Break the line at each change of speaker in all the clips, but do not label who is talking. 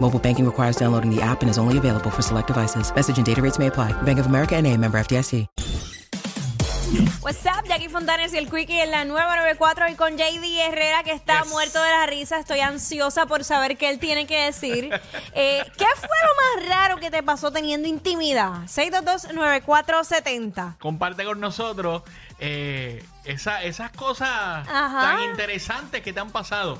Mobile banking requires downloading the app and is only available for select devices. Message and data rates may apply. Bank of America and a member FDIC.
What's up, Jackie Fontanes y el Quickie en la nueva 94 y con JD Herrera que está muerto de la risa. Estoy ansiosa por saber qué él tiene que decir. Eh, ¿Qué fue lo más raro que te pasó teniendo intimidad? 6229470.
comparte con nosotros eh, esa- esas cosas
Ajá.
tan interesantes que te han pasado.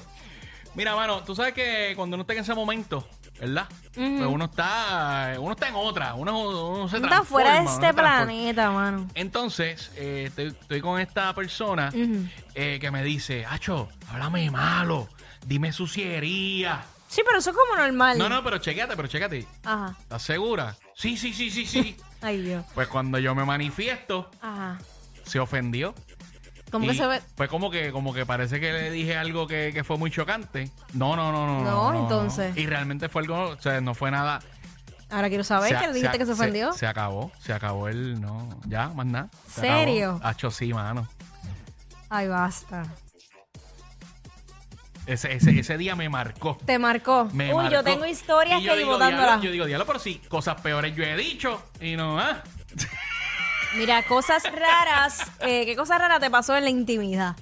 Mira, mano, tú sabes que cuando uno está en ese momento, ¿verdad? Pues uno está, uno está en otra, uno, uno se
Tú
transforma,
Estás fuera de
uno
este
se transforma.
planeta, mano.
Entonces, eh, estoy, estoy con esta persona eh, que me dice, Acho, háblame malo, dime suciería.
Sí, pero eso es como normal.
No, no, pero chequéate, pero chequéate.
Ajá.
¿Estás segura? Sí, sí, sí, sí, sí.
Ay, Dios.
pues cuando yo me manifiesto,
Ajá.
se ofendió.
¿Cómo
Y
que se ve?
Pues como que, como que parece que le dije algo que, que fue muy chocante. No, no, no, no.
No, entonces.
Y realmente fue algo, o sea, no fue nada.
Ahora quiero saber
a-
que le dijiste que se ofendió.
Se, acabó, se acabó el, no, ya, más nada. Se
¿Serio?
acabó. Hacho, sí, mano.
Ay, basta.
Ese, ese, ese día me marcó.
Te marcó.
Me
Uy,
marcó.
yo tengo historias
Y yo
que
digo,
vivo
diablo,
dándolas.
yo digo, diablo, pero sí, cosas peores yo he dicho. Y no, ah.
Mira, cosas raras. eh, ¿Qué cosa rara te pasó en la intimidad?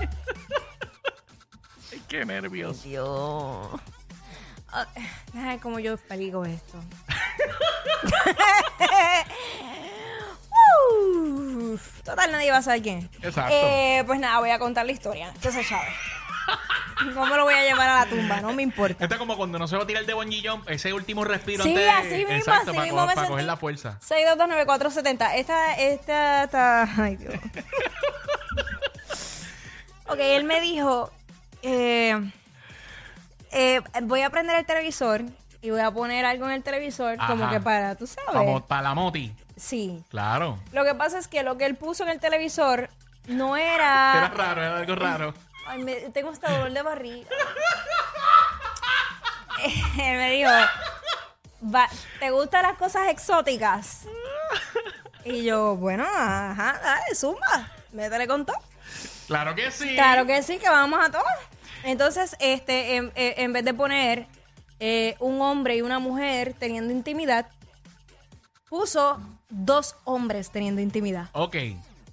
Ay, Qué nervios.
Dios. Ah, Ay, como yo explico esto. Uf, total, nadie va a saber quién. es.
Exacto.
Eh, pues nada, voy a contar la historia. Entonces, Chávez. No me lo voy a llevar a la tumba, no me importa.
Esto es como cuando no se va a tirar de bungee jump, ese último respiro
Sí,
antes de-
así mismo,
exacto,
así
para,
mismo
co-
me
para
sentí.
coger la fuerza.
6229470. Esta, esta, esta. Ay, Dios. ok, él me dijo: eh, eh, Voy a prender el televisor y voy a poner algo en el televisor, como
Ajá.
que para, tú sabes.
Como para la moti.
Sí.
Claro.
Lo que pasa es que lo que él puso en el televisor no era.
Era raro, era algo raro.
Ay, me- tengo hasta dolor de barriga. Él me dijo, "Va- ¿te gustan las cosas exóticas? Y yo, bueno, ajá, dale, zumba, métele con todo.
Claro que sí.
Claro que sí, que vamos a todas. Entonces, este, en, en- en vez de poner eh, un hombre y una mujer teniendo intimidad, puso dos hombres teniendo intimidad.
Ok.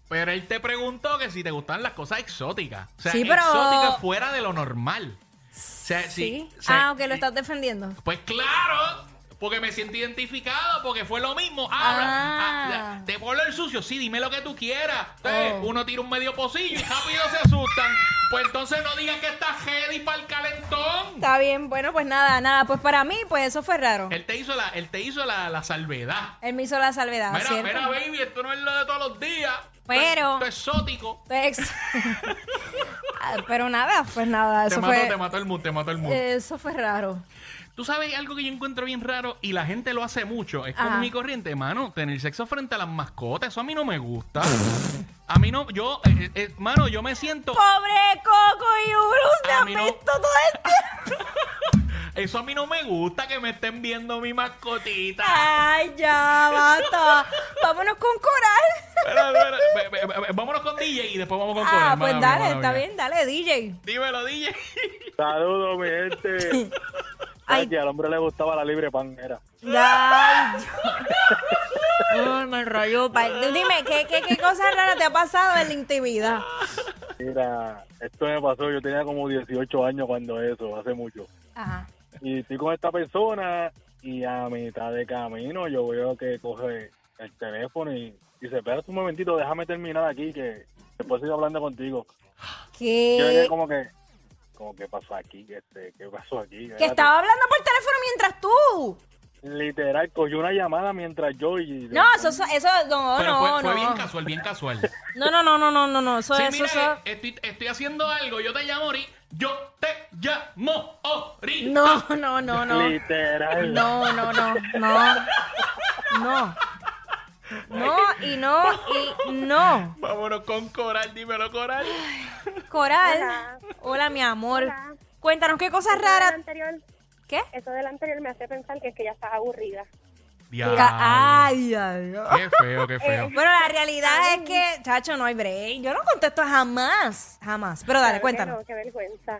Pero él te preguntó que si te gustan las cosas exóticas. O sea,
Sí, pero-
exóticas fuera de lo normal. O sea,
Sí.
sí. o sea,
ah, ok, lo estás defendiendo.
Pues claro. Porque me siento identificado, porque fue lo mismo. Habla.
Ah.
Ah, te puedo el sucio, sí, dime lo que tú quieras. Entonces,
Oh.
Uno tira un medio pocillo y rápido se asustan. Pues entonces no digas que estás heady para el calentón.
Está bien, bueno, pues nada, nada. Pues para mí, pues eso fue raro.
Él te hizo la, él te hizo la, la salvedad.
Él me hizo la salvedad,
Mira,
¿cierto?
mira, baby, esto no es lo de todos los días.
Pero-
Esto es exótico.
Entonces, ah, Pues, Pero nada, pues nada,
Te
eso
mató,
fue, Eh.
te mató el mundo, te mató el mundo.
eso fue raro.
Tú sabes algo que yo encuentro bien raro y la gente lo hace mucho. Es
Ajá.
común y corriente, mano. Tener sexo frente a las mascotas, eso a mí no me gusta. a mí no, yo, eh, eh, mano, yo me siento.
Pobre Coco y Urus, me
A
han
mí no.
visto todo el tiempo.
Eso a mí no me gusta que me estén viendo mi mascotita.
Ay, ya, basta. Vámonos con Coral.
Espera, espera, ve- ve- ve- ve- vámonos con DJ y después vamos con Conan,
ah,
mala
pues
mía,
dale,
mala
está
mía.
bien, dale, DJ.
Dímelo, DJ.
Saludos, mi gente.
Ay,
Ay, al hombre le gustaba la libre panera.
ya. Ay, me enrolló. pa- Dime, ¿qué, qué, ¿qué cosa rara te ha pasado en la intimidad?
Mira, esto me pasó, yo tenía como 18 años cuando eso, hace mucho.
Ajá.
Y estoy con esta persona y a mitad de camino yo veo que coge el teléfono y dice, espérate un momentito, déjame terminar aquí que Después sigo hablando contigo. Yo llegué
Que,
como que, como que pasó aquí, este, ¿qué pasó aquí?
que estaba hablando por teléfono mientras tú.
Literal, cogió una llamada mientras yo y...
No, eso, eso, eso no,
Pero
Oh, no,
fue, fue
no.
bien casual, bien casual.
no, no, no, no, no, no, no, eso,
Sí,
eso,
mira,
eso.
eh, Estoy, estoy haciendo algo, yo te llamo Ori. Yo te llamo Ori.
No, no, no, no.
Literal.
No, no, no, no. No. No, y no, y no.
Vámonos con Coral, dímelo, Coral.
Coral. Hola,
Hola.
mi amor.
Hola.
Cuéntanos qué cosas
Eso del
raras.
anterior,
¿Qué?
eso del anterior me hace pensar que es que ya estás aburrida.
Diablo.
Ay, ay, ay.
Qué feo, qué feo.
Bueno, la realidad es que, chacho, no hay break. Yo no contesto jamás, jamás. Pero dale,
Claro que
cuéntanos.
no, qué vergüenza.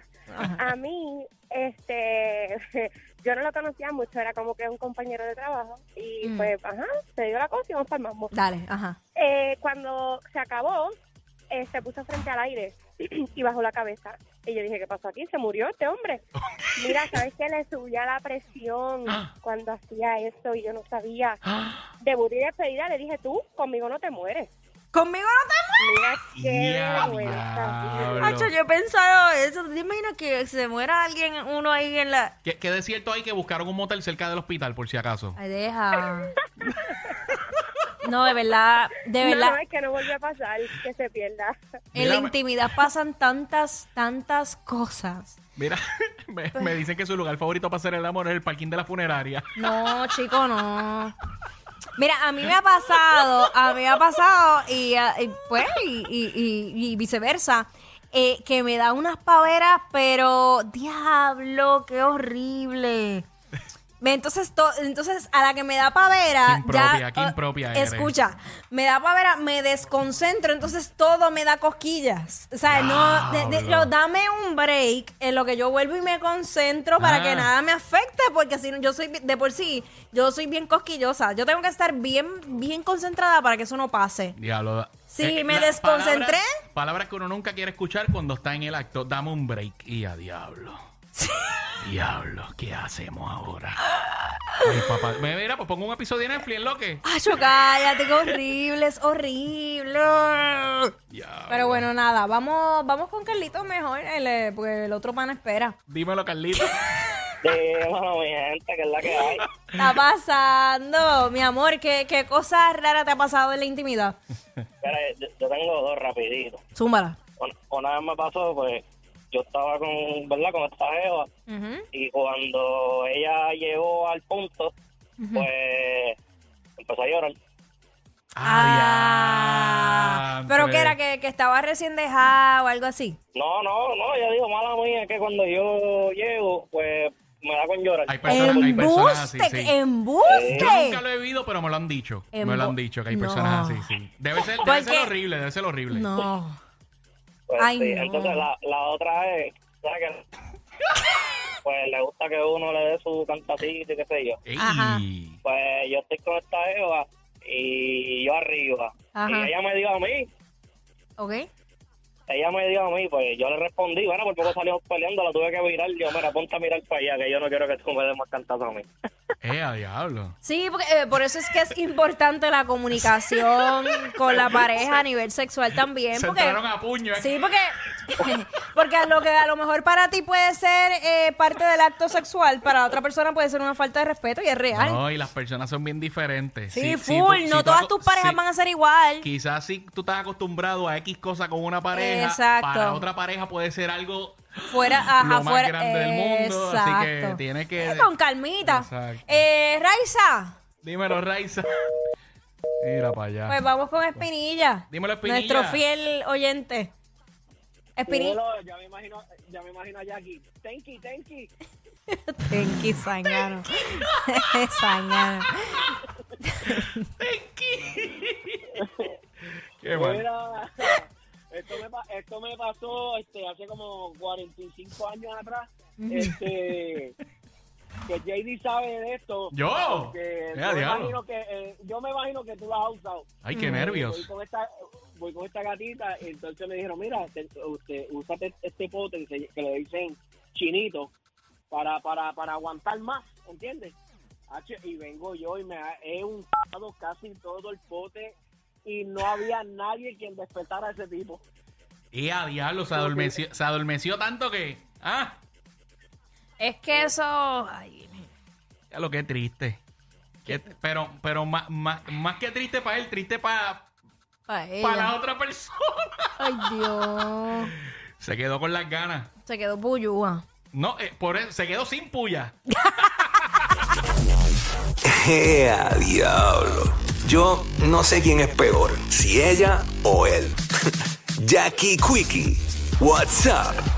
A mí, este, yo no lo conocía mucho, era como que un compañero de trabajo y
Mm.
pues, ajá, se dio la cosa y vamos para el mambo.
Dale, ajá.
Eh, cuando se acabó, eh, se puso frente al aire y bajó la cabeza. Y yo dije, ¿qué pasó aquí? Se murió este hombre. Mira, ¿sabes qué? Le subía la presión cuando hacía eso y yo no sabía.
Ah,
Debut y despedida le dije, tú conmigo no te mueres.
Conmigo no te
Mira qué
Ya,
vergüenza.
diablo.
Nacho, yo he pensado eso. ¿Te imaginas que se muera alguien, uno ahí en la...
¿Qué, qué de cierto hay que buscaron un motel cerca del hospital, por si acaso?
Ay, deja. No, de verdad, de
No,
verdad.
no, es que no volvió a pasar, que se pierda.
En la
Mira, me-
intimidad pasan tantas, tantas cosas.
Mira, me, me dicen que su lugar favorito para hacer el amor es el parking de la funeraria.
No, chico, no. Mira, a mí me ha pasado, a mí me ha pasado, y, ah, y, pues, y, y- y- y viceversa, eh, que me da unas paveras, pero diablo, qué horrible. Me- Entonces, to- entonces a la que me da pavera,
Qué
ya.
impropia, qué
ah,
impropia eres.
Escucha, me da pavera, me desconcentro, entonces todo me da cosquillas. O sea, no, de- de-
Diablo.
lo- dame un break en lo que yo vuelvo y me concentro para
Ah.
que nada me afecte, porque si no, yo soy bi- de por sí, yo soy bien cosquillosa. Yo tengo que estar bien, bien concentrada para que eso no pase.
Diablo.
Sí,
Eh,
me
la-
desconcentré.
Palabras, palabras que uno nunca quiere escuchar cuando está en el acto. Dame un break y a diablo. Diablo, ¿qué hacemos ahora? Ay, papá. Me- Mira, pues pongo un episodio de Netflix, lo que.
Ay, yo cállate, qué horrible, es horrible. Pero bueno, nada, vamos, vamos con Carlitos mejor, el, eh, porque el otro pana espera.
Dímelo, Carlito.
Sí, mano, mi gente, que es la que hay.
Está pasando, mi amor, ¿qué, qué cosa rara te ha pasado en la intimidad?
Espera, yo, yo tengo dos rapidito.
Zúmbala.
Una, una vez me pasó, pues, yo estaba con, ¿verdad? Con esta jeva
Ujú.
y cuando ella llegó al punto, pues, empezó a llorar.
Ah,
Adiantre.
pero que era que, que estaba recién dejado o algo así.
No, no, no, yo digo, mala mía, que cuando yo llego, pues, me da con llorar.
Hay personas, hay personas así,
Embuste,
sí. Yo nunca lo
embuste.
he vivido, pero me lo han dicho.
Em-
Me lo han dicho que hay
No.
personas así, sí. Debe ser,
¿Por
debe ser
qué?
horrible, debe ser horrible.
No.
Pues,
Ay,
sí.
no.
Entonces, la, la otra es, ¿sabes qué? pues, le gusta que uno le dé su cantacito y qué sé yo.
Ey.
Ajá.
Pues yo estoy con esta Eva y yo arriba.
Ajá.
Y ella me dio a mí,
¿Ok?
ella me dio a mí, pues yo le respondí, bueno, por poco salimos peleando, la tuve que virar. Yo, mira, ponte a mirar para allá, que yo no quiero que tú me des más cantazo a mí.
Eh, a diablo.
Sí, porque, eh, por eso es que es importante la comunicación con la pareja a nivel sexual también.
Se
porque-
entraron a puño. eh.
Sí, porque, porque a lo que a lo mejor para ti puede ser eh, parte del acto sexual, para la otra persona puede ser una falta de respeto y es real.
No, y las personas son bien diferentes.
sí,
Si-
full.
si tú- si
no
tú
todas
aco-
tus parejas
si-
van a ser igual.
Quizás si tú estás acostumbrado a X cosa con una pareja,
Exacto.
para otra pareja puede ser algo
Fuera, ajá,
lo más
fuera.
grande del mundo. Así que
Exacto.
tiene que.
Eh, Con calmita.
Exacto.
Eh, Raiza,
Dímelo, Raiza. Mira para allá.
pues vamos con Espinilla.
Dímelo, Espinilla.
Nuestro fiel oyente. Espinilla.
ya me imagino, ya me imagino a Jackie. Thank you, thank you.
Tenki Sangano. Sangano.
Qué bueno.
Mira, esto me, pa- esto me pasó este, hace como 45 años atrás. Este, que JD sabe de esto.
Yo. Eh,
porque
Mira,
yo, me
diablo.
imagino que, eh, yo me imagino que tú las has usado.
Mm.
Ay, qué
Voy
nervios.
con esta, voy con esta gatita, y entonces me dijeron, mira, te- usted, úsate este pote que, se- que le dicen chinito para, para, para aguantar más, ¿entiendes? Hacho, Y vengo yo y me ha- he untado casi todo el pote y no había nadie quien despertara a ese tipo.
Y a diablo, Eh, se adormeció, se adormeció tanto que. ¡Ah!
Es que eso. ay,
Ya lo que triste. Qué- pero pero más, más, más que triste para él, triste para
pa'
para la
ella.
otra persona.
Ay, Dios.
Se quedó con las ganas.
Se quedó puyúa.
No, eh, por eso, se quedó sin puya.
¡Ea, diablo! Yo no sé quién es peor, si ella o él. Jackie Quickie, what's up?